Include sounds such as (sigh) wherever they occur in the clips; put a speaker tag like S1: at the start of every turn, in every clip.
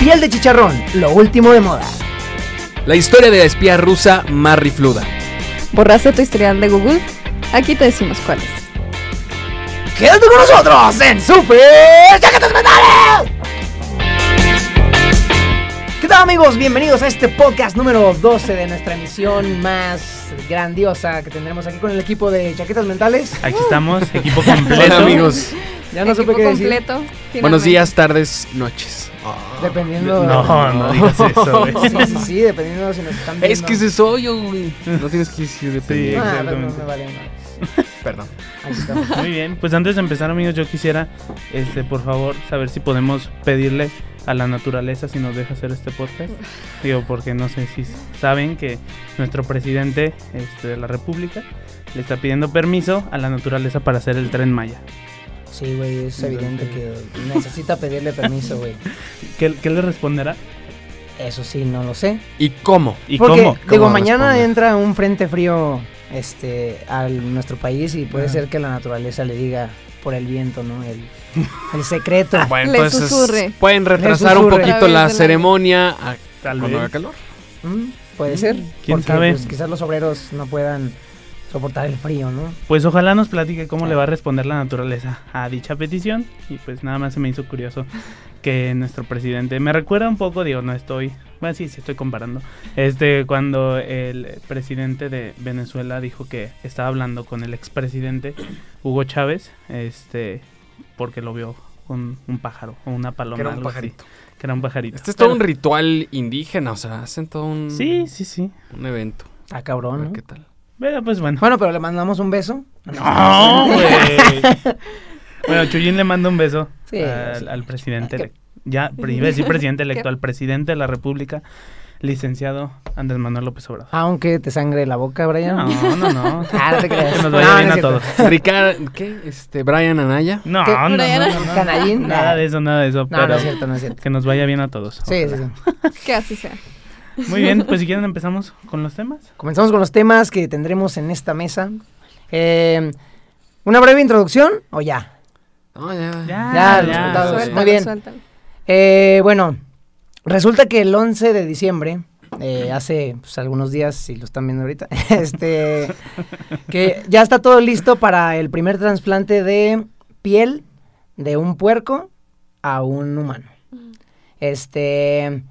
S1: Piel de chicharrón, lo último de moda.
S2: La historia de la espía rusa Marrifluda.
S3: ¿Borraste tu historial de Google? Aquí te decimos cuál es.
S1: Quédate con nosotros en Super Chaquetas Mentales. ¿Qué tal amigos? Bienvenidos a este podcast número 12 de nuestra emisión más grandiosa que tendremos aquí con el equipo de Chaquetas Mentales.
S4: Aquí estamos, equipo completo.
S2: Hola amigos.
S1: Ya no supe
S3: Equipo
S1: qué decir.
S3: completo.
S2: Buenos
S3: finalmente.
S2: días, tardes, noches.
S1: Dependiendo.
S4: No, no digas eso, güey.
S1: Sí, sí, sí, dependiendo de si nos están viendo.
S2: Es que ese soy yo, güey. No tienes que decir
S1: Ah,
S2: dependiendo.
S1: pero no
S4: exactamente.
S1: me vale más.
S2: Perdón.
S1: Ahí estamos.
S4: Muy bien, pues antes de empezar, amigos, yo quisiera, este, por favor, saber si podemos pedirle a la naturaleza si nos deja hacer este podcast. Digo, porque no sé si saben que nuestro presidente este, de la República le está pidiendo permiso a la naturaleza para hacer el tren Maya.
S1: Sí, güey, es evidente que necesita pedirle permiso, güey.
S4: ¿Qué, qué le responderá?
S1: Eso sí, no lo sé.
S2: ¿Y cómo?
S4: ¿Y
S1: Porque,
S4: cómo?
S1: Digo,
S2: ¿Cómo
S1: mañana
S2: responde?
S1: entra un frente frío este, a nuestro país y
S4: Ah.
S1: puede ser que la naturaleza le diga por el viento, ¿no? El, el secreto.
S4: Ah,
S2: Ah,
S1: (laughs)
S2: Bueno,
S3: Le
S2: entonces
S3: susurre.
S2: pueden retrasar un
S1: susurre.
S2: poquito
S3: A través
S2: la
S3: del
S2: ceremonia a
S4: Tal
S2: cuando haga
S4: vez.
S2: calor.
S1: Mm, Puede ser.
S4: ¿Quién
S1: porque,
S4: sabe?
S1: pues, quizás los obreros no puedan soportar el frío, ¿no?
S4: Pues ojalá nos platique cómo le va a
S2: Ah.
S4: responder la naturaleza a dicha petición. Y pues nada más se me hizo curioso que nuestro presidente me recuerda un poco, digo, no estoy, bueno, sí, sí estoy comparando. Este, cuando el presidente de Venezuela dijo que estaba hablando con el expresidente Hugo Chávez, este, porque lo vio con un pájaro o una paloma.
S2: Que era un
S4: algo así,
S2: pajarito.
S4: que era un pajarito.
S2: Este es todo
S4: Pero-
S2: un ritual indígena, o sea, hacen todo un,
S4: Sí, sí, sí.
S2: un evento.
S1: Está
S2: A
S1: cabrón,
S2: ver
S1: ¿no?
S2: qué tal.
S4: Pero pues bueno.
S1: Bueno, pero le mandamos un beso. (laughs)
S4: No, güey. (laughs) bueno, Chuyín le manda un beso
S1: Sí,
S4: al,
S1: sí.
S4: al presidente.
S1: ¿Qué?
S4: elec- Ya, pre- iba a decir
S1: (laughs)
S4: presidente electo, al presidente de la República, licenciado Andrés Manuel López Obrador.
S1: Aunque te sangre la boca, Brian.
S4: No, no, no.
S1: (laughs) Ah, no te creas.
S4: Que nos
S1: No,
S4: vaya
S1: no
S4: bien
S1: es
S4: a
S1: cierto.
S4: todos.
S2: Ricard, ¿qué? Este, Brian Anaya.
S4: No,
S1: ¿Qué?
S4: no, no,
S3: Brian,
S4: no, no.
S1: Canallín.
S4: Nada de eso, nada de eso.
S1: No, no es
S4: pero
S1: cierto, no es cierto.
S4: que nos vaya bien a todos.
S1: Sí, sí,
S4: ojalá.
S1: sí.
S3: (laughs) Que así sea.
S4: Muy bien, pues si quieren empezamos con los temas.
S1: Comenzamos con los temas que tendremos en esta mesa. Eh, ¿Una breve introducción o ya?
S2: No, ya.
S4: Ya,
S1: Ya,
S4: ya.
S1: resultados.
S2: Suéltalo,
S1: Muy bien.
S3: suéltalo.
S1: Eh, bueno, resulta que el 11 de diciembre, eh, hace pues, algunos días, si lo están viendo ahorita, (laughs) este, que ya está todo listo para el primer trasplante de piel de un puerco a un humano. Este,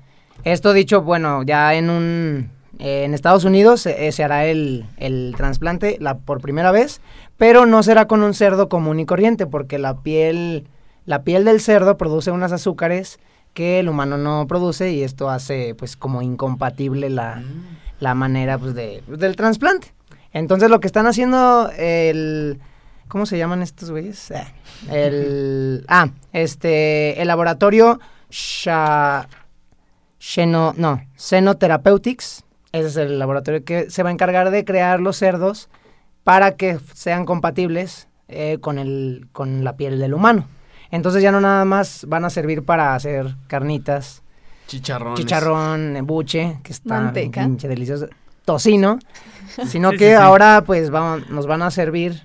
S1: esto dicho, bueno, ya en un, eh, en Estados Unidos eh, se hará el, el trasplante la, por primera vez, pero no será con un cerdo común y corriente, porque la piel, la piel del cerdo produce unas azúcares que el humano no produce y esto hace, pues, como incompatible la, la manera, pues, de, del trasplante. Entonces, lo que están haciendo el... ¿Cómo se llaman estos güeyes? Ah, El... Ah, este... El laboratorio Sha... Xeno, no, Xenotherapeutics. Ese es el laboratorio que se va a encargar de crear los cerdos para que f- sean compatibles eh, con, el, con la piel del humano. Entonces ya no nada más van a servir para hacer carnitas,
S2: Chicharrones.
S1: chicharrón, buche, que está
S3: Manteca.
S1: pinche delicioso,
S4: (laughs)
S1: tocino, sino
S4: Sí,
S1: que
S4: sí, sí.
S1: ahora pues va- nos van a servir,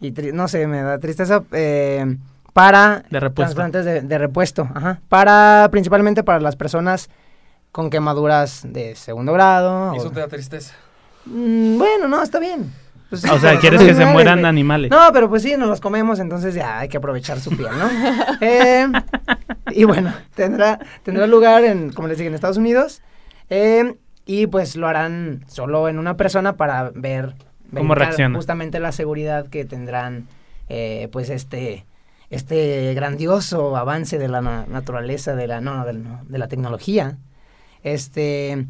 S1: y tri- no sé, me da tristeza, eh, para
S4: De repuesto.
S1: Trasplantes de, de repuesto, ajá. Para, principalmente para las personas con quemaduras de segundo grado. o-
S2: da tristeza.
S1: Mm, bueno, no, está bien. Pues sí,
S4: O sea,
S1: pero
S4: ¿quieres
S1: son
S4: que se
S1: animales,
S4: mueran
S1: güey.
S4: animales?
S1: No, pero pues sí, nos los comemos, entonces ya hay que aprovechar su piel,
S4: (laughs)
S1: ¿no? Eh, y bueno, tendrá, tendrá lugar en, como les dije, en Estados Unidos. eh, y pues lo harán solo en una persona para ver
S4: ¿Cómo
S1: verificar
S4: reacciona?
S1: justamente la seguridad que tendrán eh, pues este este grandioso avance de la na- naturaleza de la no, del- no, de la tecnología este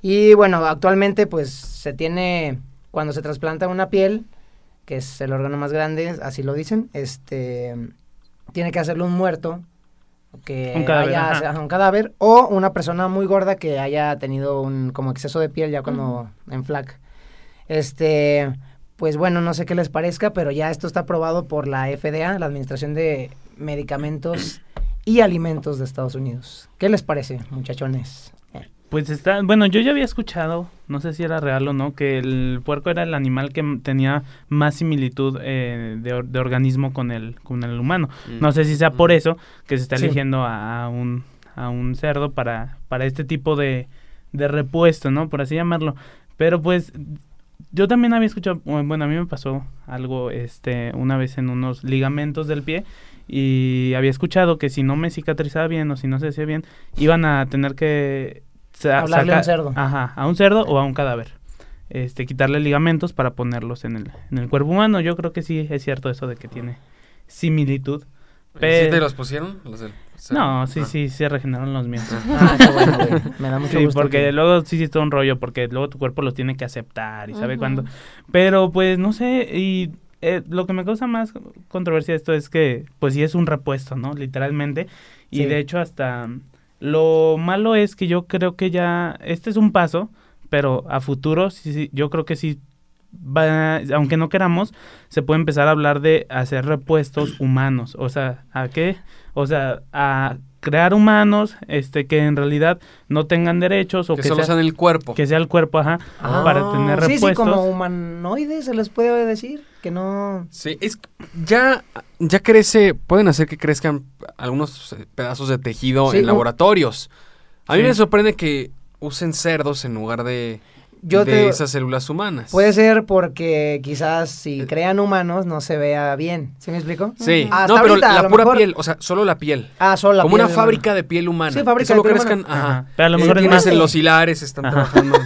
S1: y bueno actualmente pues se tiene cuando se trasplanta una piel que es el órgano más grande así lo dicen este tiene que hacerlo un muerto que
S4: Un cadáver,
S1: haya-
S4: ajá.
S1: ajá, un cadáver o una persona muy gorda que haya tenido un como exceso de piel ya cuando en flaca este, pues bueno, no sé qué les parezca, pero ya esto está aprobado por la FDA, la Administración de Medicamentos y Alimentos de Estados Unidos. ¿Qué les parece, muchachones?
S4: Pues está, bueno, yo ya había escuchado, no sé si era real o no, que el puerco era el animal que m- tenía más similitud eh, de, or- de organismo con el, con el humano. No sé si sea por eso que se está
S1: Mm. Sí.
S4: eligiendo a, a un a un cerdo para, para este tipo de, de repuesto, ¿no? Por así llamarlo. Pero pues yo también había escuchado, bueno, a mí me pasó algo este una vez en unos ligamentos del pie y había escuchado que si no me cicatrizaba bien o si no se hacía bien, iban a tener que sa-
S1: Hablarle a un cerdo.
S4: Ajá, a un cerdo o a un cadáver. Este, quitarle ligamentos para ponerlos en el, en el cuerpo humano. Yo creo que sí es cierto eso de que tiene similitud.
S5: ¿Sí
S4: Pero-
S5: te los pusieron? Los del-
S4: No, sí,
S5: Ah.
S4: sí, se regeneraron los míos.
S1: Ah, qué bueno, güey. Me da mucho
S4: Sí,
S1: gusto.
S4: porque
S1: que-
S4: luego sí, sí, es todo un rollo, porque luego tu cuerpo los tiene que aceptar y sabe
S3: Ujú.
S4: cuándo. Pero pues no sé, y eh, lo que me causa más controversia de esto es que, pues sí es un repuesto, ¿no? Literalmente. Y
S1: Sí.
S4: de hecho, hasta lo malo es que yo creo que ya, este es un paso, pero a futuro, sí, sí, yo creo que sí. Va, aunque no queramos, se puede empezar a hablar de
S5: (clears throat)
S4: hacer repuestos humanos. O sea, ¿a qué? O sea, a crear humanos este que en realidad no tengan derechos o
S5: que
S4: que,
S5: solo
S4: sea,
S5: sean el cuerpo.
S4: que sea el cuerpo, ajá,
S1: Ah.
S4: para tener
S1: Sí,
S4: repuestos.
S1: sí, como humanoides se les puede decir. Que no.
S5: Sí, es que ya, ya crece, pueden hacer que crezcan algunos eh, pedazos de tejido
S1: Sí,
S5: en
S1: u-
S5: laboratorios. A mí
S4: Sí.
S5: me sorprende que usen cerdos en lugar de,
S1: Yo
S5: de
S1: te.
S5: esas células humanas.
S1: Puede ser porque quizás si crean humanos no se vea bien. ¿Sí me explico?
S5: Sí,
S1: Hasta
S5: no, pero
S1: ahorita, a
S5: la
S1: lo
S5: pura
S1: mejor-
S5: piel, o sea, solo la piel.
S1: Ah, solo la
S5: Como
S1: piel
S5: una
S1: humana.
S5: fábrica de piel humana.
S1: Sí, fábrica
S5: que solo
S1: de piel
S5: crezcan,
S4: Ajá.
S5: ajá.
S4: Pero a lo
S5: Eh,
S4: mejor es
S5: tienes
S4: más
S1: el-
S5: enlosilares, están
S4: Ajá.
S5: trabajando.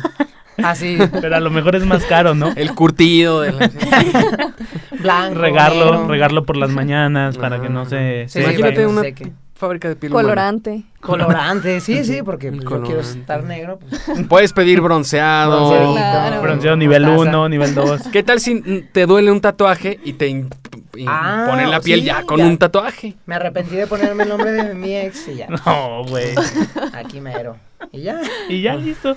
S1: Ah,
S5: (laughs)
S1: sí.
S4: pero a lo mejor es más caro, ¿no?
S5: El curtido.
S1: (laughs)
S5: de la-
S1: Blanco.
S4: regarlo,
S1: negro.
S4: regarlo por las mañanas para que no
S5: Ajá.
S4: se,
S1: Sí,
S4: se
S5: Imagínate
S1: para que no
S5: una
S1: se seque.
S5: fábrica de piel humana.
S3: Colorante.
S1: Colorante, sí,
S5: (laughs)
S1: sí, porque
S5: El
S1: pues, yo quiero
S5: colorante.
S1: estar negro. pues,
S5: Puedes pedir bronceado.
S1: bronceadito,
S3: Claro.
S4: bronceo nivel
S1: mostaza.
S4: 1, nivel 2.
S5: ¿Qué tal si mm, te duele un tatuaje y te in- in-
S1: Ah,
S5: ponen la piel
S1: sí,
S5: ya con
S1: ya.
S5: un tatuaje?
S1: Me arrepentí de ponerme el nombre de mi ex y ya.
S4: (laughs)
S5: (laughs)
S4: No, güey.
S1: Aquí mero. Y ya.
S4: (laughs) Y ya listo.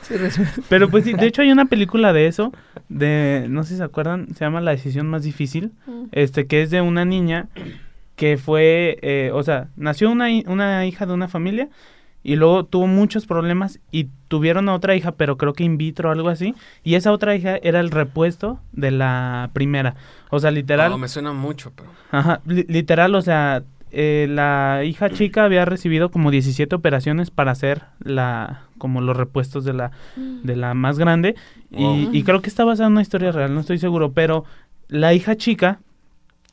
S4: Pero pues sí, de hecho hay una película de eso, de no sé si se acuerdan, se llama La decisión más difícil. este que es de una niña que fue, eh, o sea, nació una, hi- una hija de una familia y luego tuvo muchos problemas y tuvieron a otra hija, pero creo que in vitro o algo así, y esa otra hija era el repuesto de la primera. O sea, literal,
S5: No, me suena mucho, pero.
S4: ajá, li- literal, o sea, eh, la hija chica había recibido como 17 operaciones para hacer la como los repuestos de la de la más grande. Y,
S5: Wow.
S4: y creo que está basada en una historia real, no estoy seguro. Pero la hija chica,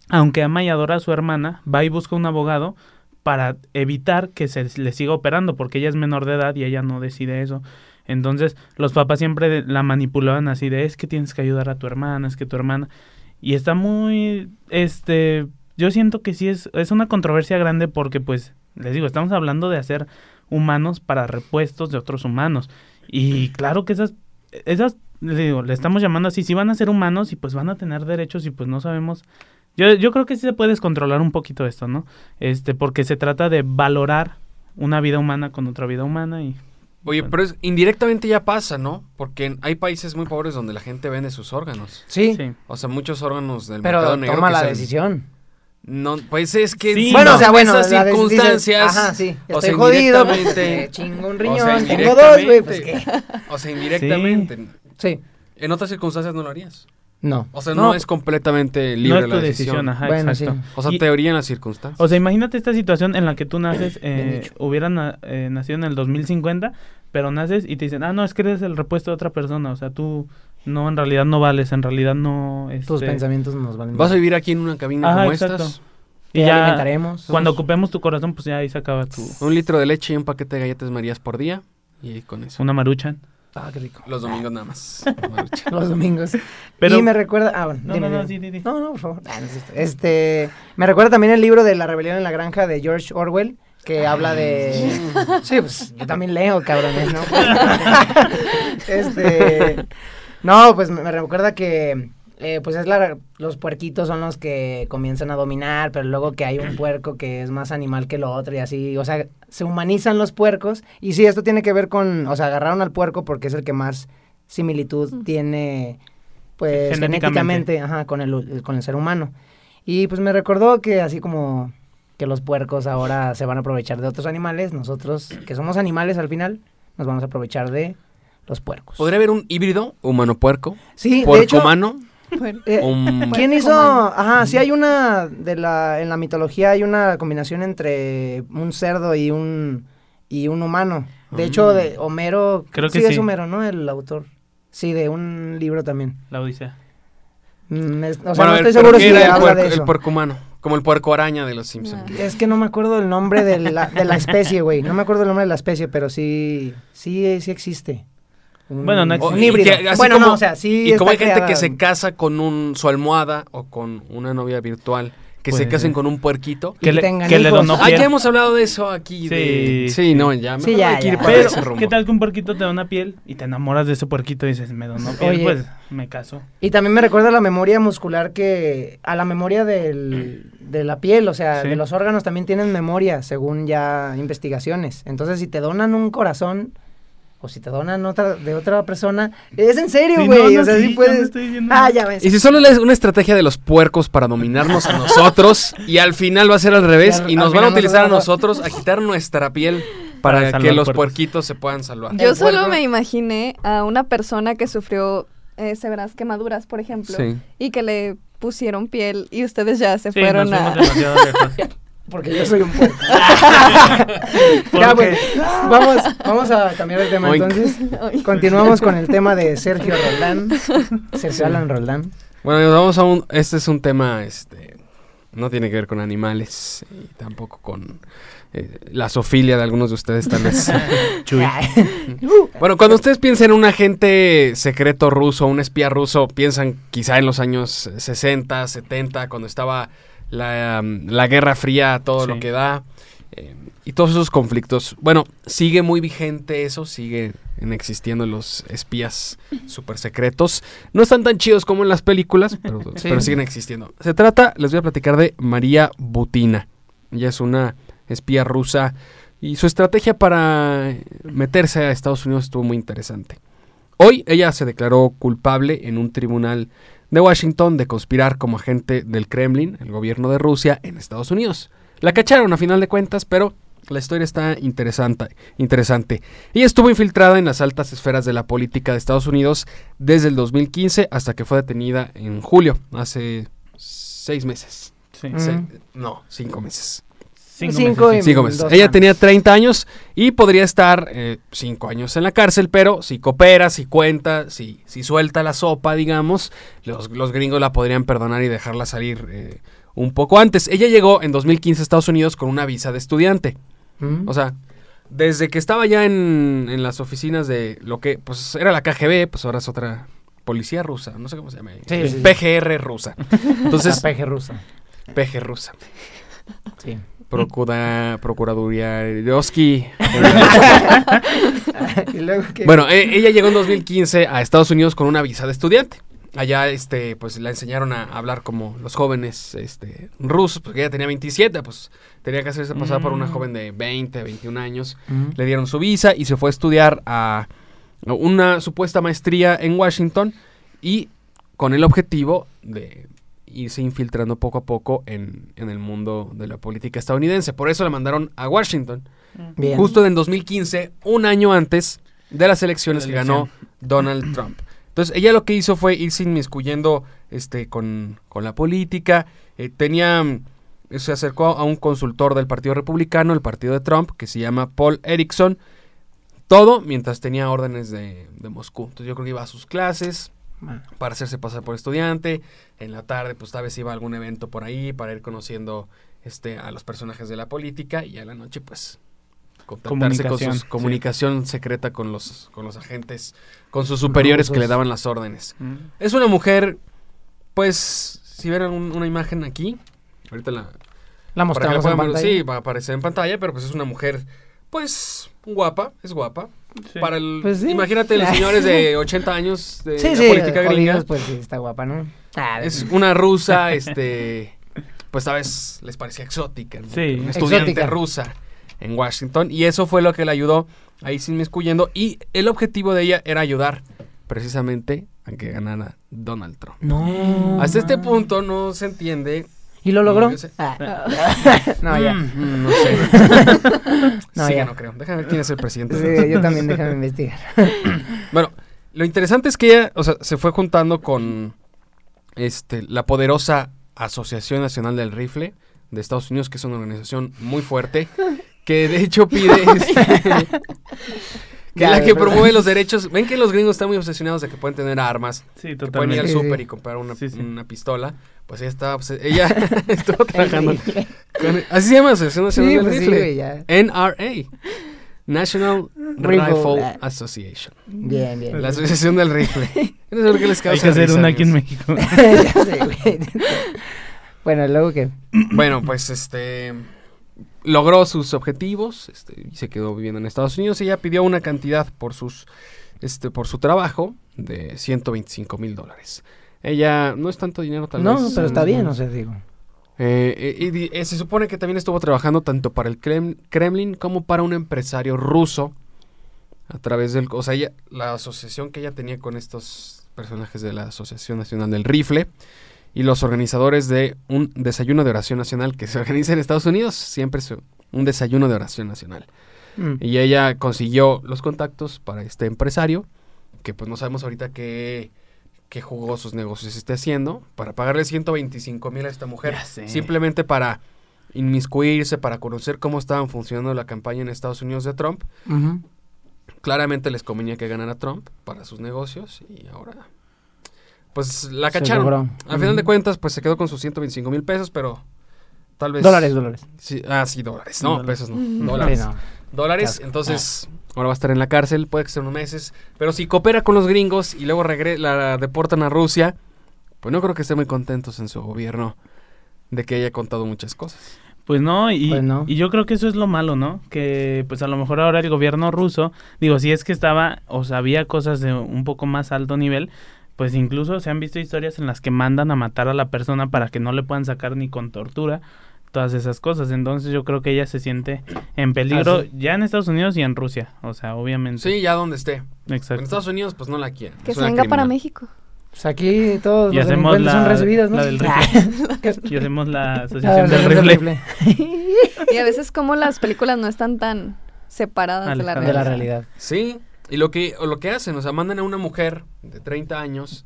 S4: aunque ama y adora a su hermana, va y busca un abogado para evitar que se le siga operando, porque ella es menor de edad y ella no decide eso. Entonces, los papás siempre de- la manipulaban así de es que tienes que ayudar a tu hermana, es que tu hermana. Y está muy, este, yo siento que sí es, es una controversia grande porque pues, les digo, estamos hablando de hacer humanos para repuestos de otros humanos. Y claro que esas, esas, les digo, le estamos llamando así, si van a ser humanos y pues van a tener derechos y pues no sabemos. Yo, yo creo que sí se puede descontrolar un poquito esto, ¿no? Este, porque se trata de valorar una vida humana con otra vida humana y...
S5: Oye,
S4: Bueno.
S5: pero es- indirectamente ya pasa, ¿no? Porque en- hay países muy pobres donde la gente vende sus órganos.
S1: Sí,
S4: sí.
S5: O sea, muchos órganos del mercado
S1: pero
S5: negro.
S1: toma
S5: que
S1: la
S5: se-
S1: decisión.
S5: No, pues es que.
S4: Sí,
S1: bueno,
S4: no.
S1: o sea, bueno,
S5: esas
S1: la de- dices,
S5: circunstancias.
S1: ajá, sí.
S5: o
S1: Estoy
S5: sea,
S1: jodido. pues, (laughs)
S5: indirectamente.
S1: eh, chingo un
S5: o
S1: riñón.
S5: sea,
S1: tengo dos, güey. Pues
S5: indirectamente.
S1: qué.
S5: O sea, indirectamente.
S1: Sí.
S5: En otras circunstancias no lo harías.
S1: No.
S5: O sea, no,
S4: No.
S5: es completamente
S4: No
S5: libre
S4: es tu
S5: la
S4: decisión,
S5: decisión.
S4: ajá,
S1: Bueno,
S4: exacto.
S1: sí.
S5: O sea,
S4: Y-
S5: teoría en las circunstancias.
S4: O sea, imagínate esta situación en la que tú naces,
S1: (clears throat)
S4: eh,
S1: dicho.
S4: hubieran na- eh, nacido en el 2050, pero naces y te dicen, ah, no, es que eres el repuesto de otra persona, o sea, tú no, en realidad no vales, en realidad no... Este,
S1: Tus pensamientos nos valen.
S5: ¿Vas a vivir aquí en una cabina
S4: Ajá,
S5: como
S4: exacto.
S5: estas?
S4: Y
S1: Te
S4: ya,
S1: alimentaremos.
S4: cuando ocupemos tu corazón, pues ya ahí se acaba tu...
S5: Un litro de leche y un paquete de galletas marías por día. Y con eso.
S4: Una marucha.
S1: Ah, qué rico.
S5: Los domingos nada
S4: (laughs)
S5: más.
S1: (laughs)
S5: Marucha.
S1: Los domingos.
S4: Pero...
S1: y me recuerda. Ah, bueno.
S4: No,
S1: dime,
S4: no, no,
S1: dime.
S4: sí, sí, sí.
S1: No, no, por favor. Ah, no es cierto. Este, me recuerda también el libro de La rebelión en la granja de George Orwell, que habla de... Sí, pues yo también leo, cabrones, ¿no? este... No, pues me me recuerda que... eh, pues es la, los puerquitos son los que comienzan a dominar, pero luego que hay un puerco que es más animal que lo otro y así, o sea, se humanizan los puercos y sí, esto tiene que ver con, o sea, agarraron al puerco porque es el que más similitud tiene, pues,
S4: Genéticamente.
S1: genéticamente, ajá, con el, hu- con el ser humano. Y pues me recordó que así como que los puercos ahora se van a aprovechar de otros animales, nosotros, que somos animales al final, nos vamos a aprovechar de los puercos.
S5: ¿Podría haber un híbrido humano-puerco?
S1: Sí, de hecho,
S5: ¿Puerco-humano?
S3: Bueno,
S1: eh,
S5: Um,
S1: ¿Quién hizo?
S3: Puerco
S1: Ajá, sí hay una de la en la mitología hay una combinación entre un cerdo y un y un humano. De hecho, de Homero,
S4: Creo que
S1: es
S4: sí.
S1: Homero, ¿no? El autor. Sí, de un libro también.
S4: La Odisea.
S1: Mm, es- o sea,
S5: Bueno,
S1: no
S5: a ver,
S1: estoy
S5: ¿pero
S1: seguro
S5: qué
S1: si
S5: era el,
S1: habla
S5: puerco,
S1: de
S5: el
S1: eso.
S5: puerco humano, como el puerco araña de los Simpsons.
S3: No.
S1: Es que no me acuerdo el nombre de la, de la especie, güey. No me acuerdo el nombre de la especie, pero sí, sí, eh, sí existe. Un-
S4: Bueno, no existe.
S1: Un híbrido. bueno, no, o sea, sí
S5: Y como hay
S1: está
S5: gente que
S1: creada.
S5: se casa con un, su almohada o con una novia virtual, que
S4: Puede
S5: se casen
S4: ser.
S5: con un puerquito.
S1: Y
S4: Que le,
S1: tengan
S4: que le
S1: hijos.
S4: donó
S5: ah,
S4: piel.
S5: ya hemos hablado de eso aquí. de-
S4: Sí.
S5: Sí, no, ya.
S1: Sí,
S5: mejor
S1: ya,
S5: hay que ir
S1: ya.
S5: para
S4: Pero,
S5: ese rumbo.
S4: ¿qué tal que un puerquito te da una piel y te enamoras de ese puerquito y dices, me donó piel?
S1: Oye.
S4: Pues me caso.
S1: Y también me recuerda a la memoria muscular que. a la memoria del, de la piel, o sea,
S4: Sí.
S1: de los órganos también tienen memoria, según ya investigaciones. Entonces, si te donan un corazón. O si te donan otra, de otra persona. Es en serio,
S4: Sí,
S1: güey.
S4: no, no,
S1: o sea,
S4: sí,
S1: sí,
S4: yo no
S1: puedes.
S4: estoy diciendo
S1: ah,
S4: nada.
S1: ya ves.
S5: Y si solo es una estrategia de los puercos para dominarnos a nosotros y al final va a ser al revés
S1: Y al-
S5: y
S1: al
S5: nos van a
S1: final nos
S5: utilizar a
S1: van a-
S5: nosotros a quitar nuestra piel
S4: Para
S5: para que
S4: salvar
S5: los
S4: puercos.
S5: puerquitos se puedan salvar.
S1: (laughs) El
S3: Yo solo
S1: puerco.
S3: me imaginé a una persona que sufrió eh, severas quemaduras, por ejemplo,
S5: Sí.
S3: y que le pusieron piel y ustedes ya se
S4: Sí, nos
S3: fueron
S4: fuimos
S3: a... (laughs) Ah,
S4: demasiado
S1: (laughs)
S4: lejos.
S1: Porque yo soy un
S5: (laughs)
S1: puerco. (laughs)
S4: ¿Por
S1: ya,
S4: qué?
S1: güey. Vamos, vamos a cambiar de tema
S5: Oink.
S1: entonces.
S3: Oink.
S1: Continuamos con el tema de Sergio Roldán. Sergio Alan Roldán.
S5: Bueno, nos vamos a un. Este es un tema, este. No tiene que ver con animales y tampoco con eh, la sofilia de algunos de ustedes, tal vez.
S4: Chuy.
S5: (laughs) bueno, cuando ustedes piensan en un agente secreto ruso, un espía ruso, piensan quizá en los años 60, 70, cuando estaba la, um, la Guerra Fría, a todo
S4: Sí.
S5: lo que da, eh, y todos esos conflictos. Bueno, sigue muy vigente eso, sigue en existiendo los espías super secretos. No están tan chidos como en las películas, pero,
S1: Sí.
S5: pero siguen existiendo. Se trata, les voy a platicar de María Butina. Ella es una espía rusa y su estrategia para meterse a Estados Unidos estuvo muy interesante. Hoy ella se declaró culpable en un tribunal de Washington de conspirar como agente del Kremlin, el gobierno de Rusia, en Estados Unidos. La cacharon a final de cuentas, pero la historia está interesante. interesante. Ella estuvo infiltrada en las altas esferas de la política de Estados Unidos desde el 2015 hasta que fue detenida en julio, hace seis meses.
S4: Sí.
S1: Mm.
S5: Se- no, cinco meses.
S4: Cinco,
S1: Cinco
S4: meses.
S1: y-
S5: Cinco meses.
S1: dos
S5: Ella
S1: años.
S5: tenía 30 años y podría estar eh, cinco años en la cárcel, pero si coopera, si cuenta, si, si suelta la sopa, digamos, los, los gringos la podrían perdonar y dejarla salir eh, un poco antes. Ella llegó en 2015 a Estados Unidos con una visa de estudiante.
S1: ¿Mm?
S5: O sea, desde que estaba ya en, en las oficinas de lo que pues era la KGB, pues ahora es otra policía rusa, no sé cómo se llama.
S1: Sí, sí, sí. (laughs)
S5: PGR rusa. Entonces,
S1: La peje rusa.
S5: PG rusa. (laughs)
S1: Sí. (laughs)
S5: Procura, Procuraduría Eroski.
S1: y luego que.
S5: Bueno, eh, ella llegó en 2015 a Estados Unidos con una visa de estudiante. Allá, este, pues la enseñaron a hablar como los jóvenes este, rusos, porque ella tenía 27, pues tenía que hacerse pasar por una
S4: Mm.
S5: joven de 20, 21 años.
S1: ¿Mm?
S5: Le dieron su visa y se fue a estudiar a una supuesta maestría en Washington y con el objetivo de irse infiltrando poco a poco en, en el mundo de la política estadounidense. Por eso la mandaron a Washington.
S1: Bien.
S5: Justo en 2015, un año antes de las elecciones
S4: La
S5: que ganó Donald Trump. Entonces, ella lo que hizo fue irse inmiscuyendo este, con, con la política. Eh, tenía. mm, Se acercó a un consultor del Partido Republicano, el partido de Trump, que se llama Paul Erickson. Todo mientras tenía órdenes de, de Moscú. Entonces, yo creo que iba a sus clases
S1: Ah.
S5: para hacerse pasar por estudiante. En la tarde, pues tal vez iba a algún evento por ahí para ir conociendo este, a los personajes de la política. Y a la noche, pues, contactarse con
S4: Comunicación,
S5: sus
S4: sí.
S5: comunicación secreta con los, con los agentes, con sus superiores que
S1: Rusos.
S5: le daban las órdenes.
S4: Mm.
S5: Es una mujer, pues, si ven un- una imagen aquí, ahorita la,
S1: La
S5: para que la
S1: mostramos en
S5: puedan ver,
S1: pantalla.
S5: sí, va a aparecer en pantalla, pero pues es una mujer, pues, guapa, es guapa.
S4: Sí.
S5: Para el,
S1: Pues sí.
S5: Imagínate
S1: (laughs)
S5: los señores de 80 años de
S1: Sí,
S5: la
S1: sí,
S5: política gringa.
S1: jodidos, pues sí, está guapa, ¿no? Ah,
S5: Es una rusa, este, pues a veces les parecía exótica, ¿no?
S4: Sí.
S5: Una estudiante
S1: Exótica.
S5: rusa en Washington y eso fue lo que la ayudó ahí sin inmiscuyendo y el objetivo de ella era ayudar precisamente a que ganara Donald Trump.
S1: No.
S5: Hasta este punto no se entiende.
S1: Mm. ¿Y lo logró?
S5: Yo sé.
S1: Ah. (laughs)
S5: Mm,
S1: no, ya.
S5: mm, (laughs) no sé.
S1: (laughs) No,
S5: sí,
S1: ya.
S5: ya no creo. Déjame ver quién es el presidente. de (laughs)
S1: Sí, yo también déjame investigar.
S5: Bueno, lo interesante es que ella, o sea, se fue juntando con este, la poderosa Asociación Nacional del Rifle de Estados Unidos, que es una organización muy fuerte, que de
S1: (laughs)
S5: hecho pide este, que la que promueve los derechos. Ven que los gringos están muy obsesionados de que pueden tener armas,
S4: Sí,
S5: que pueden ir al
S4: totalmente.
S1: Sí, sí.
S5: súper y comprar una,
S4: Sí, sí.
S5: una pistola. Pues ella estaba, obse- ella (laughs) estaba trabajando. con- así se llama Asociación Nacional
S1: Sí,
S5: del
S1: pues sí,
S5: Rifle.
S1: güey, ya.
S5: NRA. National
S1: Rifle.
S5: Rifle Association.
S1: Bien, bien.
S5: La asociación del rifle.
S1: (laughs)
S5: No sé por qué les
S4: Hay
S5: causa
S4: que hacer
S5: risa,
S4: una aquí en
S5: amigos. (laughs)
S4: México.
S1: Ya sé, güey. (laughs) bueno, luego que.
S5: Bueno, pues este logró sus objetivos, este, y se quedó viviendo en Estados Unidos. Ella pidió una cantidad por sus este por su trabajo de 125 mil dólares. Ella no es tanto dinero tal
S1: no,
S5: vez.
S1: pero está bien,
S5: no
S1: o sea, digo.
S5: Eh, eh, y di- eh, se supone que también estuvo trabajando tanto para el Krem- Kremlin como para un empresario ruso a través del, o sea, ella- la asociación que ella tenía con estos personajes de la Asociación Nacional del Rifle y los organizadores de un desayuno de oración nacional que se organiza en Estados Unidos, siempre es un desayuno de oración nacional.
S1: Mm.
S5: Y ella consiguió los contactos para este empresario, que pues no sabemos ahorita qué, qué jugosos negocios esté haciendo, para pagarle 125 mil a esta mujer.
S4: Ya sé.
S5: Simplemente para inmiscuirse, para conocer cómo estaban funcionando la campaña en Estados Unidos de Trump.
S1: Ujú.
S5: Claramente les convenía que ganara Trump para sus negocios y ahora... Pues la
S1: Se
S5: cacharon.
S1: logró.
S5: Al final de
S1: Ujú.
S5: cuentas, pues se quedó con sus 125 mil pesos, pero tal vez...
S1: Dólares, dólares.
S5: Sí, ah, sí, dólares. No,
S4: Dólares.
S5: pesos no. pues, Dólares
S1: Sí, no.
S5: dólares.
S1: Claro.
S5: Entonces, Ah. ahora va a estar en la cárcel, puede que sea unos meses. Pero si coopera con los gringos y luego regre- la deportan a Rusia, pues no creo que estén muy contentos en su gobierno de que haya contado muchas cosas.
S4: Pues no, y,
S1: Pues no.
S4: y yo creo que eso es lo malo, ¿no? Que pues a lo mejor ahora el gobierno ruso, digo, si es que estaba o sabía cosas de un poco más alto nivel, pues incluso se han visto historias en las que mandan a matar a la persona para que no le puedan sacar ni con tortura, todas esas cosas. Entonces yo creo que ella se siente en peligro
S5: Ah, sí.
S4: ya en Estados Unidos y en Rusia, o sea, obviamente.
S5: Sí, ya donde esté. En
S4: exacto.
S5: Estados Unidos, pues no la quieren.
S3: Que
S5: es
S3: se
S5: una
S3: venga para
S5: criminal.
S3: México.
S1: Pues aquí todos
S4: Y
S1: los
S4: hacemos
S1: delincuentes son
S4: la-
S1: recibidos, ¿no?
S4: la
S1: (laughs)
S4: del
S1: rifle.
S4: Y
S1: (laughs)
S4: hacemos la
S1: La
S4: asociación del
S1: del
S4: rifle.
S1: rifle.
S3: Y a veces como las películas no están tan separadas de la
S4: Alejadas.
S1: De la
S3: realidad.
S1: realidad.
S5: Sí, y lo que, o lo que hacen, o sea, mandan a una mujer de 30 años,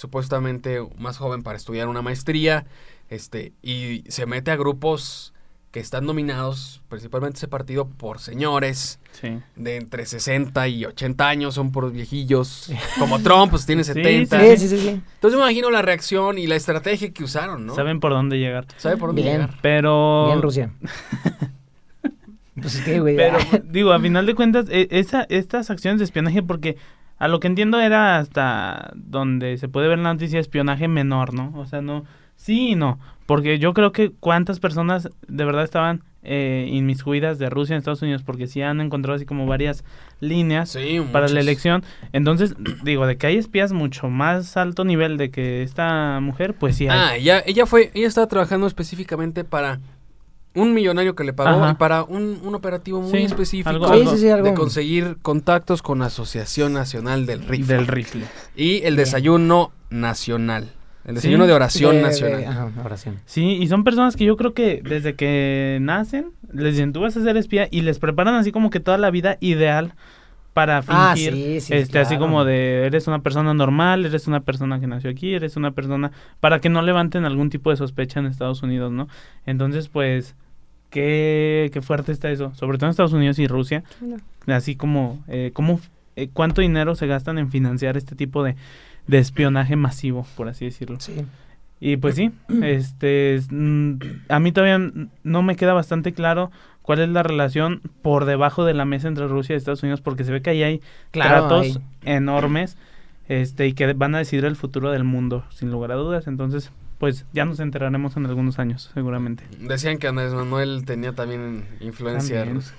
S5: supuestamente más joven, para estudiar una maestría, este, y se mete a grupos que están dominados, principalmente ese partido, por señores,
S4: Sí.
S5: de entre 60 y 80 años, son puros viejillos. Como
S4: (laughs)
S5: Trump, pues tiene
S4: Sí,
S5: 70.
S1: Sí, sí, sí, sí.
S5: Entonces me imagino la reacción y la estrategia que usaron, ¿no?
S4: Saben por dónde llegar.
S5: ¿Sabe por dónde
S1: Bien.
S5: llegar? Oh.
S4: Pero
S1: Bien, Rusia. Pues qué, güey.
S4: Pero
S1: Ah,
S4: digo, a final de cuentas, e- esa, estas acciones de espionaje, porque a lo que entiendo era hasta donde se puede ver en la noticia espionaje menor, ¿no? O sea, no, sí y no, porque yo creo que cuántas personas de verdad estaban eh, inmiscuidas de Rusia en Estados Unidos, porque sí han encontrado así como varias líneas
S5: Sí,
S4: para
S5: muchos.
S4: la elección. Entonces, digo, de que hay espías mucho más alto nivel de que esta mujer, pues sí hay.
S5: Ah, ella, ella fue, ella estaba trabajando específicamente para un millonario que le pagó
S4: Ajá.
S5: y para un, un operativo muy
S4: Sí,
S5: específico
S4: algo-
S1: Sí, sí, sí, algo.
S5: de conseguir contactos con la Asociación Nacional del Rifle
S4: Del rifle.
S5: y el desayuno nacional, el desayuno
S4: Sí.
S5: de oración
S1: de- de-
S5: nacional.
S1: Ajá, oración.
S4: Sí, y son personas que yo creo que desde que nacen les dicen, tú vas a ser espía y les preparan así como que toda la vida ideal para
S1: Ah,
S4: fingir.
S1: sí, sí,
S4: este, así
S1: claro.
S4: como de eres una persona normal, eres una persona que nació aquí, eres una persona para que no levanten algún tipo de sospecha en Estados Unidos, ¿no? Entonces, pues qué qué fuerte está eso, sobre todo en Estados Unidos y Rusia,
S3: Bueno.
S4: así como eh, cómo eh, cuánto dinero se gastan en financiar este tipo de de espionaje masivo, por así decirlo.
S1: Sí.
S4: Y pues sí, este, es, mm, a mí todavía n- no me queda bastante claro cuál es la relación por debajo de la mesa entre Rusia y Estados Unidos, porque se ve que ahí hay
S1: Claro,
S4: tratos
S1: hay-
S4: enormes, este, y que van a decidir el futuro del mundo, sin lugar a dudas. Entonces, pues ya nos enteraremos en algunos años, seguramente.
S5: Decían que Andrés Manuel tenía también influencia
S4: También.
S5: rusa.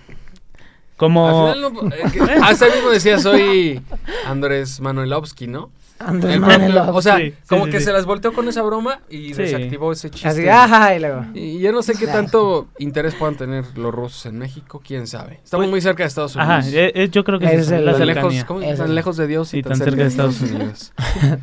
S4: Como
S5: Al final no- eh, que-
S1: (laughs)
S5: hasta él mismo decía, soy Andrés Manuelovsky, ¿no?
S1: Andrés
S5: El propio-
S1: Manuel.
S5: o sea,
S4: Sí, sí,
S5: como
S4: sí,
S5: que
S4: sí.
S5: se las volteó con esa broma y
S4: Sí.
S5: desactivó ese chiste.
S1: Así, ajá, y luego.
S5: Y yo no sé qué tanto interés puedan tener los rusos en México, quién sabe. Estamos
S4: Pues-
S5: muy cerca de Estados Unidos.
S4: Ajá, eh, eh, yo creo que
S1: Ese
S4: sí,
S1: es
S4: la
S1: el-
S5: tan
S4: cercanía.
S5: lejos, ¿cómo?
S1: Eso
S5: Tan
S1: es.
S5: lejos de Dios y, tan, cerca, de Estados Unidos.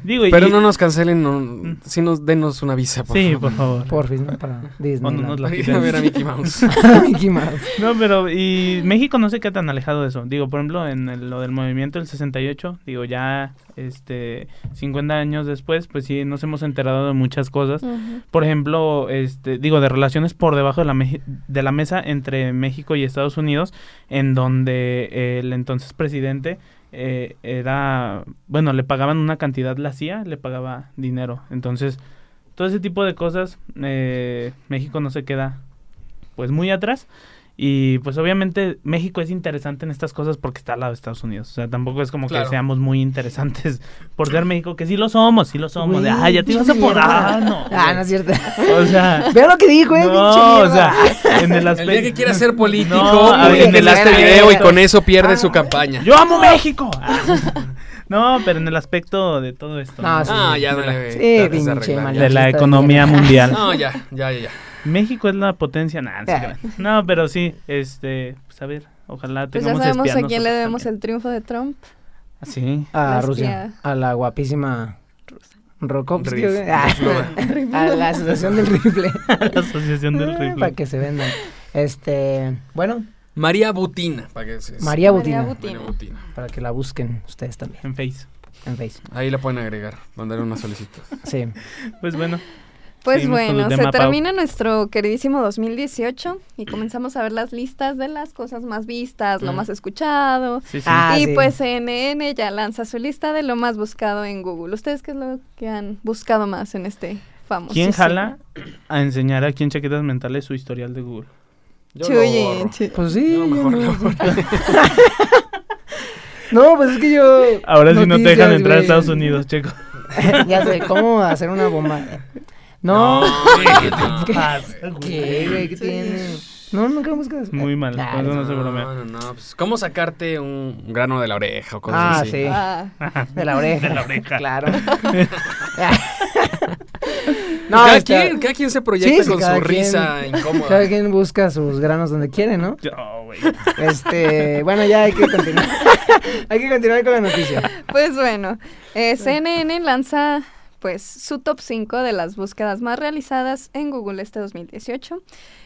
S4: Digo, y-
S5: (laughs) Pero
S4: y-
S5: no nos cancelen, no, sí nos denos una visa, por
S4: Sí,
S5: favor.
S4: por favor.
S1: Por fin, ¿no?
S4: (laughs)
S1: para Disney.
S4: no
S1: (laughs)
S4: nos la-
S5: Para ir a ver a Mickey Mouse.
S1: Mickey Mouse.
S4: (laughs) No, pero y México no se queda tan alejado de eso. Digo, por ejemplo, en el- lo del movimiento del 68, digo, ya este, 50 años después, pues sí, nos hemos enterado de muchas cosas.
S3: Ujú.
S4: Por ejemplo, este, digo, de relaciones por debajo de la, meji- de la mesa entre México y Estados Unidos, en donde eh, el entonces presidente eh, era, bueno, le pagaban una cantidad, la CIA le pagaba dinero. Entonces, todo ese tipo de cosas, eh, México no se queda pues muy atrás. Y pues obviamente México es interesante en estas cosas porque está al lado de Estados Unidos. O sea, tampoco es como
S5: Claro.
S4: que seamos muy interesantes (laughs) por ser México, que sí lo somos, sí lo somos. De,
S1: Güey,
S4: "Ay, ya
S1: (laughs)
S4: te ibas a por... Ah, no.
S1: Ah, no es cierto. (laughs)
S4: O sea,
S1: Vean lo que dijo, eh, pinche
S4: no, o
S1: mierda.
S4: sea, en el
S5: El día que
S4: aspecto.
S5: quiera ser político,
S4: No, a
S1: ver,
S5: en el
S1: que
S5: este
S1: fuera
S5: video y
S1: esto.
S5: con eso Ah. pierde su campaña.
S4: Yo amo México. Ah. No, pero en el aspecto de todo esto.
S1: No,
S4: ¿no?
S1: sí.
S5: Ah, ya,
S4: De la-
S5: dale.
S1: Sí,
S5: dale,
S1: pinche
S5: arreglar,
S1: mal.
S5: ya.
S4: de la
S1: Machista
S4: economía
S1: de mierda.
S4: mundial.
S5: (laughs) No, ya, ya, ya. ya.
S4: México es la potencia, nada. no se
S1: Ah.
S4: crean. No, pero sí, este, pues a ver, ojalá
S3: Pues
S4: tengamos
S3: ya sabemos a
S4: espía
S3: quién le
S4: nosotros
S3: debemos
S4: también.
S3: el triunfo de Trump.
S4: Ah, Sí. (laughs)
S1: A
S3: La
S1: Rusia.
S3: espía.
S1: A la guapísima Rokovsky.
S5: Riff.
S1: güey. Ah, A la asociación del rifle.
S4: La asociación del
S1: Ah,
S4: rifle.
S1: Para que se vendan. Este, bueno,
S5: María Butina, para que se-
S1: María Butina.
S3: María Butina.
S5: María Butina.
S1: Para que la busquen ustedes también
S4: En Face.
S1: en Face.
S5: Ahí la pueden agregar, mandar una solicitud.
S1: Sí.
S4: Pues bueno,
S3: Pues
S4: Seguimos con el
S3: bueno, se
S4: tema, Pau.
S3: termina nuestro queridísimo 2018 y comenzamos a ver las listas de las cosas más vistas, lo
S5: Mm.
S3: más escuchado.
S4: sí, sí.
S1: Ah,
S3: y
S1: sí.
S3: pues CNN ya lanza su lista de lo más buscado en Google. ¿Ustedes qué es lo que han buscado más en este famoso?
S4: ¿Quién jala a enseñar aquí en Chaquetas Mentales su historial de Google?
S5: Yo lo borro.
S3: Chuyin, chuyin.
S1: Pues sí.
S5: No, mejor
S1: yo
S5: lo
S1: no-
S5: borro.
S1: (laughs) No, pues es que yo.
S4: Ahora sí no te dejan
S1: Noticias,
S4: entrar a
S1: güey.
S4: Estados Unidos, (laughs) checo.
S1: (laughs) ya sé, ¿cómo hacer una bomba? No.
S5: No, Ah, güey,
S1: (laughs)
S5: no.
S1: ¿Qué?
S4: Pasa, güey.
S1: ¿Qué, güey? ¿Qué tiene? No, nunca buscas.
S4: Muy mal,
S1: Ah,
S4: eso no se bromea.
S5: No, no, no, pues, ¿Cómo sacarte un grano de la oreja o cosas
S1: Ah,
S5: así?
S1: sí.
S3: Ah,
S1: De la
S5: (laughs)
S1: oreja.
S4: (laughs) De la oreja.
S1: Claro.
S5: No, cada,
S1: este-
S5: quien, cada quien se proyecta
S1: Sí, sí,
S5: con
S1: cada
S5: su
S1: quien. (laughs)
S5: risa incómoda.
S1: Cada quien busca sus granos donde quiere, ¿no?
S4: No, oh, güey.
S1: Este, bueno, ya hay que continuar.
S5: (laughs)
S1: hay que continuar con la noticia.
S3: pues bueno, eh, CNN lanza pues su top 5 de las búsquedas más realizadas en Google este 2018.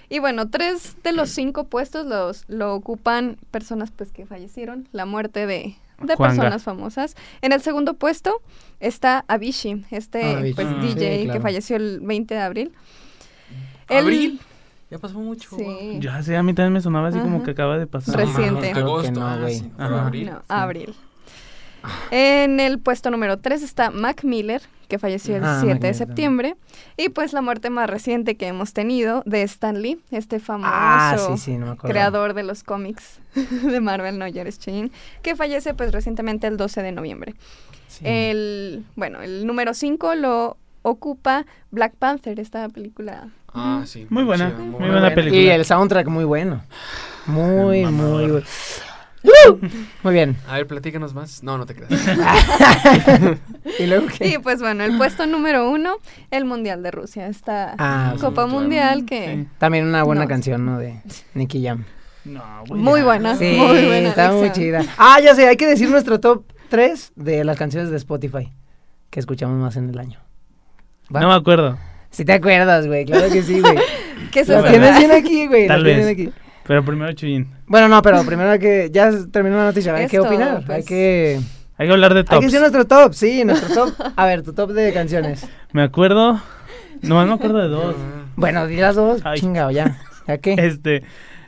S3: Y bueno, tres de los cinco puestos los lo ocupan personas pues que fallecieron, la muerte de, de
S4: Juanga.
S3: personas famosas. En el segundo puesto está Avicii, este
S1: Ah, Avicii.
S3: pues
S4: Ah,
S3: DJ
S1: sí, claro.
S3: que falleció el 20 de abril. El-
S5: ¿Abril? Ya pasó mucho. Ah,
S3: Sí.
S4: Ya sé, a mí también me sonaba así como
S3: Ajá.
S4: que acaba de pasar.
S5: No,
S3: Recién. Reciente.
S5: mames, Agosto,
S1: Creo que no,
S5: ah,
S1: güey.
S5: sí, pero
S4: Ajá.
S5: abril.
S3: No, abril. En el puesto número 3 está Mac Miller, que falleció el
S1: Ah,
S3: 7
S1: Mac
S3: de
S1: Miller.
S3: septiembre. Y pues la muerte más reciente que hemos tenido de Stan Lee, este famoso
S1: Ah, sí, sí, no me acuerdo.
S3: creador de los cómics (laughs) de Marvel, No Llores Chain, que fallece pues recientemente el 12 de noviembre.
S1: Sí.
S3: El, bueno, el número 5 lo ocupa Black Panther, esta película.
S5: Ah, sí.
S4: Muy buena,
S5: chido,
S4: muy
S1: Muy
S4: buena
S1: bueno.
S4: película.
S1: Y el soundtrack muy bueno. Muy, muy
S4: Mamador.
S1: bueno.
S4: (laughs)
S1: Muy bien.
S5: A ver, platícanos más. No, no
S1: (laughs)
S5: te creas.
S1: ¿Y luego
S3: Y
S1: qué?
S3: pues bueno, el puesto número 1, el Mundial de Rusia, esta
S1: Ah, sí,
S3: Copa
S5: claro.
S3: Mundial que...
S4: Sí.
S1: También una buena
S3: No.
S1: canción, ¿no? De Nicky Jam.
S4: No, güey.
S3: Muy
S4: ya.
S3: buena,
S1: Sí,
S3: muy buena.
S1: está muy
S3: Alexa.
S1: chida. Ah, ya sé, hay que decir nuestro top 3 de las canciones de Spotify que escuchamos más en el año. ¿Va?
S4: No me acuerdo.
S1: Si te acuerdas, güey, claro que sí, güey.
S3: ¿Qué es
S1: Lo
S3: (laughs) eso?
S1: tienes
S3: (laughs)
S1: bien aquí, güey.
S4: Tal
S1: lo tienes
S4: vez.
S1: bien aquí.
S4: Pero primero, Chuyín.
S1: Bueno, no, pero primero hay que. Ya s- terminó la noticia, hay que
S3: Esto,
S1: opinar. Hay
S3: pues.
S1: que.
S4: Hay que hablar de
S1: Hay que
S4: tops.
S1: hacer nuestro top, sí, nuestro top. A ver, tu top de
S4: (laughs)
S1: canciones.
S4: Me acuerdo. No, me acuerdo
S1: (laughs)
S4: de dos.
S5: ah.
S1: Bueno, di las dos,
S4: Ay.
S1: chingado, ya. ¿Ya qué?
S4: Este,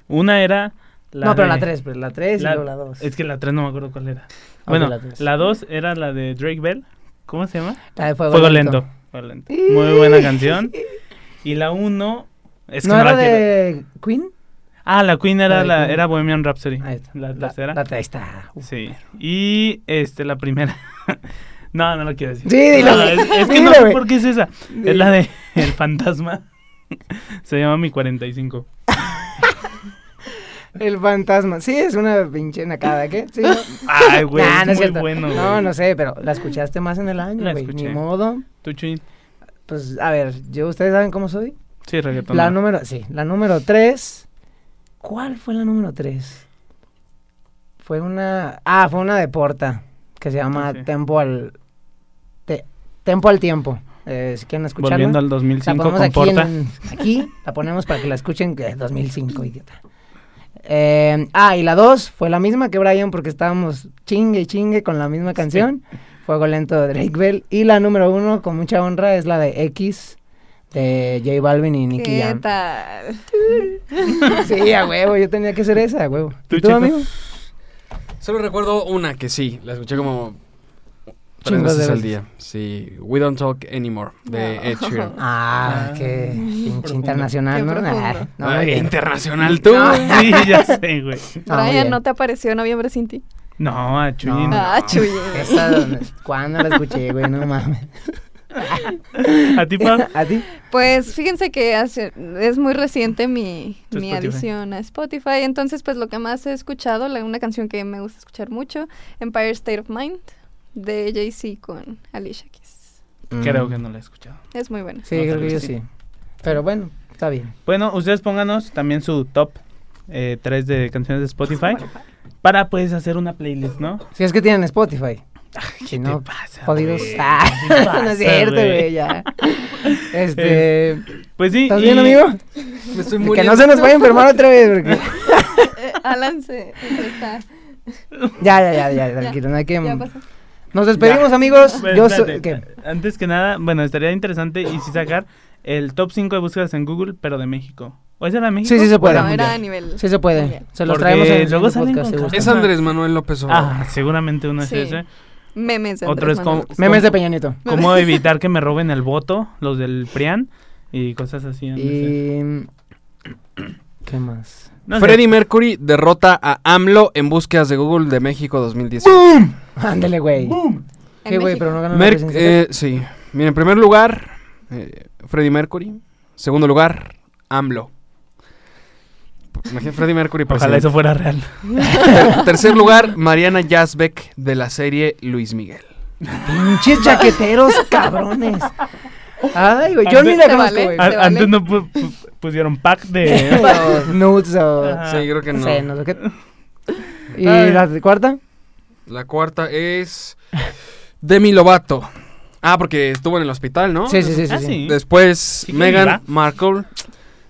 S4: una era. La
S1: no, pero
S4: de-
S1: la 3, pero la 3 y
S4: la-
S1: luego la 2.
S4: Es que la 3 no me acuerdo cuál era.
S1: Ok,
S4: Bueno,
S1: la tres.
S4: la 2 era la de Drake Bell. ¿Cómo se llama?
S1: La de Fuego,
S4: Fuego, lento. Fuego Lento. Muy
S1: (laughs)
S4: buena canción. Y la 1 es que
S1: ¿No
S4: no
S1: era
S4: la quiero-
S1: de Queen?
S4: Ah, la Queen era
S1: La de
S4: la,
S1: Queen.
S4: era Bohemian Rhapsody.
S1: Ahí está.
S4: La tercera.
S1: La, ahí está. Uf.
S4: Sí. Y este, la primera. (laughs) no, no lo quiero decir.
S1: Sí, dilo.
S4: No, es, es que
S1: Dilo,
S4: no sé
S1: güey.
S4: por qué es esa. Es la de El Fantasma. (laughs) Se llama Mi 45.
S1: El fantasma. Sí, es una pinche nacada, ¿qué? Sí. ¿no?
S4: Ay, (laughs) güey.
S1: Nah,
S4: es
S1: no es
S4: muy
S1: cierto.
S4: bueno.
S1: No,
S4: güey.
S1: no sé, pero la escuchaste más en el año,
S4: La
S1: güey. Ni
S4: escuché.
S1: modo.
S4: Tú, Chuy.
S1: Pues, a ver, yo, ¿ustedes saben cómo soy?
S4: Sí, reggaetón.
S1: La
S4: no.
S1: número, sí, la número tres. ¿Cuál fue la número tres? Fue una, ah, fue una de Porta, que se llama
S4: Sí.
S1: Tempo al, Te- Tempo al Tiempo. Eh, si quieren escucharla.
S4: Volviendo al
S1: La
S4: 2005
S1: ponemos
S4: con
S1: aquí,
S4: Porta.
S1: en- aquí, la ponemos para que la escuchen que es 2005, idiota. Eh, ah, y la 2 fue la misma que Brian porque estábamos chingue y chingue con la misma canción. Fuego Lento de Drake Bell. Y la número uno, con mucha honra, es la de X de J Balvin y Nicky
S3: ¿Qué
S1: Jam.
S3: tal?
S1: (laughs) Sí, a huevo, yo tenía que ser esa, a huevo.
S4: ¿Tú,
S1: ¿Y ¿Tú,
S4: Checo?
S1: amigo?
S5: Solo recuerdo una que sí, la escuché como tres
S1: Chingos de
S5: veces al
S1: veces.
S5: día. Sí, We Don't Talk Anymore de
S3: No.
S5: Ed Sheeran.
S1: Ah,
S4: Ah,
S1: qué pinche
S4: profundo.
S1: internacional,
S3: Qué
S1: ¿no?
S3: profundo.
S1: Ah, (laughs) no,
S5: Ay,
S1: muy bien.
S5: internacional tú.
S1: No.
S4: (laughs)
S1: (laughs)
S4: Sí, ya sé, güey.
S1: No, Ah, muy
S3: Brian,
S1: bien.
S3: ¿no te apareció Noviembre sin ti?
S4: No, a Chuy.
S1: No.
S4: no.
S3: Ah, Chuy. (laughs)
S1: Esa, ¿cuándo la escuché, güey? No
S4: (laughs)
S1: mames.
S4: A ti, Pab.
S1: (laughs) ¿A ti?
S3: Pues fíjense que hace- es muy reciente mi,
S4: Tu
S3: mi
S4: Spotify.
S3: adición a Spotify. Entonces, pues lo que más he escuchado, la- una canción que me gusta escuchar mucho, Empire State of Mind, de Jay-Z con Alicia Keys.
S4: Creo
S1: Mm.
S4: que no la he escuchado.
S3: Es muy buena.
S1: Sí,
S4: No,
S1: creo
S4: tal
S1: que
S4: vez
S1: yo
S4: sí.
S1: sí. Pero bueno, está bien.
S4: Bueno, ustedes pónganos también su top 3 de canciones
S3: (laughs)
S4: de Spotify para pues hacer una playlist, ¿no?
S1: Si es que tienen Spotify. Si no,
S4: ¿Qué pasa?
S1: jodidos.
S4: güey?
S1: (laughs) Ah,
S4: ¿Qué te
S1: no
S4: pasa,
S1: es cierto,
S4: güey?
S1: güey,
S4: (laughs)
S1: ya. Este,
S4: Pues sí.
S1: ¿estás
S4: y-
S1: bien, amigo?
S5: Me estoy
S1: Que no se nos vaya a enfermar otra vez. Porque...
S3: (laughs)
S4: (laughs)
S3: Eh, Alan se se está.
S1: Ya, ya, ya, ya, tranquilo, no hay que...
S3: Ya pasó.
S1: Nos despedimos, amigos.
S4: Bueno,
S1: Yo
S4: Pues espérate.
S1: soy... ¿qué?
S4: Antes que nada, bueno, estaría interesante y sí sacar el top 5 de búsquedas en Google, pero de México. ¿O ese era México?
S1: Sí, sí se puede.
S3: No, era a
S4: mundial.
S3: nivel.
S1: Sí se puede. Se los
S4: Porque
S1: traemos en el siguiente
S4: luego salen
S1: podcast,
S4: con
S1: seguro.
S5: Es Andrés Manuel López Obrador.
S4: Ah, seguramente uno es
S3: Sí.
S4: ese.
S3: Memes de
S4: Otro
S3: Andrés
S4: es como,
S3: Manuel.
S1: Memes de Peña Nieto. (laughs)
S4: cómo evitar que me roben el voto, los del PRIAN y cosas así. no sé.
S1: Y... ¿Qué más?
S4: No sé.
S5: Freddie Mercury derrota a AMLO en búsquedas de Google de México 2010.
S1: Ándale, güey.
S3: En
S1: ¿Qué, güey?
S3: México.
S1: Pero Uh, no ganó la
S5: Mer-
S1: presidencia.
S5: eh, sí. Mira, en primer lugar, eh, Freddie Mercury. Segundo lugar, AMLO. Pues, Imagínate Freddie Mercury.
S4: Ojalá
S5: presidente.
S4: eso fuera real.
S5: Ter- (laughs) tercer lugar, Mariana Yazbek de la serie Luis Miguel.
S1: Pinches (laughs) chaqueteros, cabrones. Ay, güey. Yo
S4: Ande-
S1: ni la
S3: Se
S1: conozco,
S3: vale.
S1: güey.
S4: A- (laughs)
S3: vale.
S4: Antes no pu- pu- pusieron pack de...
S1: O Nudes o...
S4: Ajá.
S5: Sí, creo que no.
S1: senos, ¿o qué? ¿Y
S4: Ay.
S1: la cuarta?
S5: La cuarta es Demi Lovato. Ah, porque estuvo en el hospital, ¿no?
S1: Sí, sí, sí, sí.
S4: Ah,
S1: sí.
S4: sí.
S5: Después
S4: Sí, que iba.
S5: Megan Markle,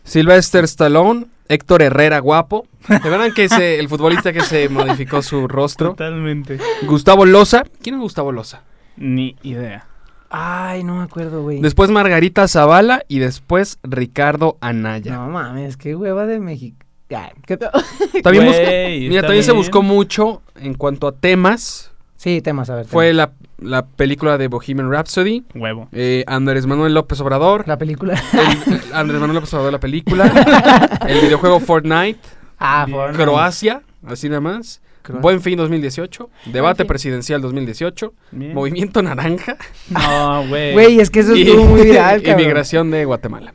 S5: Sylvester Stallone, Héctor Herrera guapo. ¿De verdad que ese, el futbolista que se modificó su rostro?
S4: Totalmente.
S5: Gustavo Loza. ¿Quién es Gustavo Loza?
S4: Ni idea.
S1: Ay, no me acuerdo, güey.
S5: Después Margarita Zavala y después Ricardo Anaya.
S1: No mames, qué hueva de México. Ay, qué-
S5: También
S4: Güey,
S5: busca-
S4: está
S5: mira, también se
S4: bien.
S5: buscó mucho en cuanto a temas.
S1: Sí, temas, a ver.
S5: Fue
S1: temas.
S5: la, la película de Bohemian Rhapsody,
S4: Huevo.
S5: eh, Andrés Manuel
S1: (laughs)
S5: López Obrador,
S1: la película.
S5: el- Andrés Manuel López Obrador
S1: (laughs)
S5: la película, el videojuego Fortnite,
S1: Ah,
S4: Bien.
S1: Fortnite.
S5: Croacia, así nada más.
S1: Croacia.
S5: Buen fin 2018, debate
S3: Buen fin.
S5: presidencial 2018,
S4: Bien.
S5: movimiento naranja
S4: No, güey.
S1: Güey, es que eso
S5: y (laughs)
S1: estuvo muy viral,
S5: y
S1: cabrón.
S5: migración de Guatemala.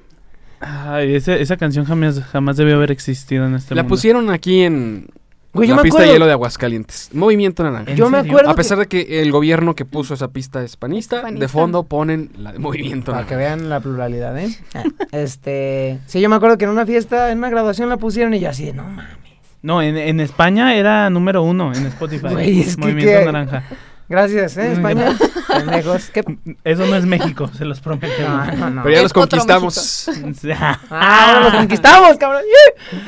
S4: Ay, esa, esa canción jamás, jamás debió haber existido en este
S5: La
S4: mundo.
S5: pusieron aquí en
S1: Güey, yo
S5: la
S1: me
S5: pista
S1: acuerdo.
S5: de hielo de Aguascalientes. Movimiento naranja.
S4: ¿En
S1: Yo me
S4: serio?
S1: acuerdo.
S5: A pesar de que el gobierno que puso esa pista es panista,
S3: Panista.
S5: de fondo ponen la de movimiento
S1: Para que
S5: naranja.
S1: vean la pluralidad, ¿eh? (laughs) Ah, este. Sí, yo me acuerdo que en una fiesta, en una graduación la pusieron y yo así de no mames.
S4: No, en, en España era número uno en Spotify.
S1: Güey, es que
S4: Movimiento
S1: qué-
S4: Naranja.
S1: Gracias, ¿eh?
S4: Mm,
S1: España. (laughs) Pendejos. ¿Qué?
S4: Eso no es México, se los prometo.
S1: No,
S4: (laughs)
S1: no, no.
S5: Pero ya
S3: Es
S5: los
S3: otro
S5: conquistamos.
S1: Ah, ahora los conquistamos, cabrón.
S4: Pero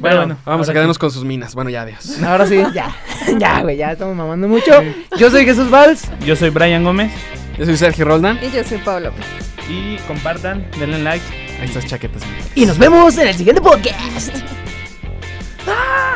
S1: Bueno,
S4: bueno,
S5: Vamos
S4: ahora
S5: a quedarnos con sus minas. Bueno, ya adiós.
S1: Yeah. Ahora sí, ya. (laughs) Ya, güey, ya estamos mamando mucho. Yo soy Jesús Valls.
S4: sí. Yo soy Brian Gómez
S5: Yo soy Sergio Roldán.
S3: (laughs) Y yo soy pues. Pablo. López.
S4: y compartan, denle like.
S5: Ahí estás chaquetas.
S1: Y nos vemos en el siguiente podcast. ¡Ah!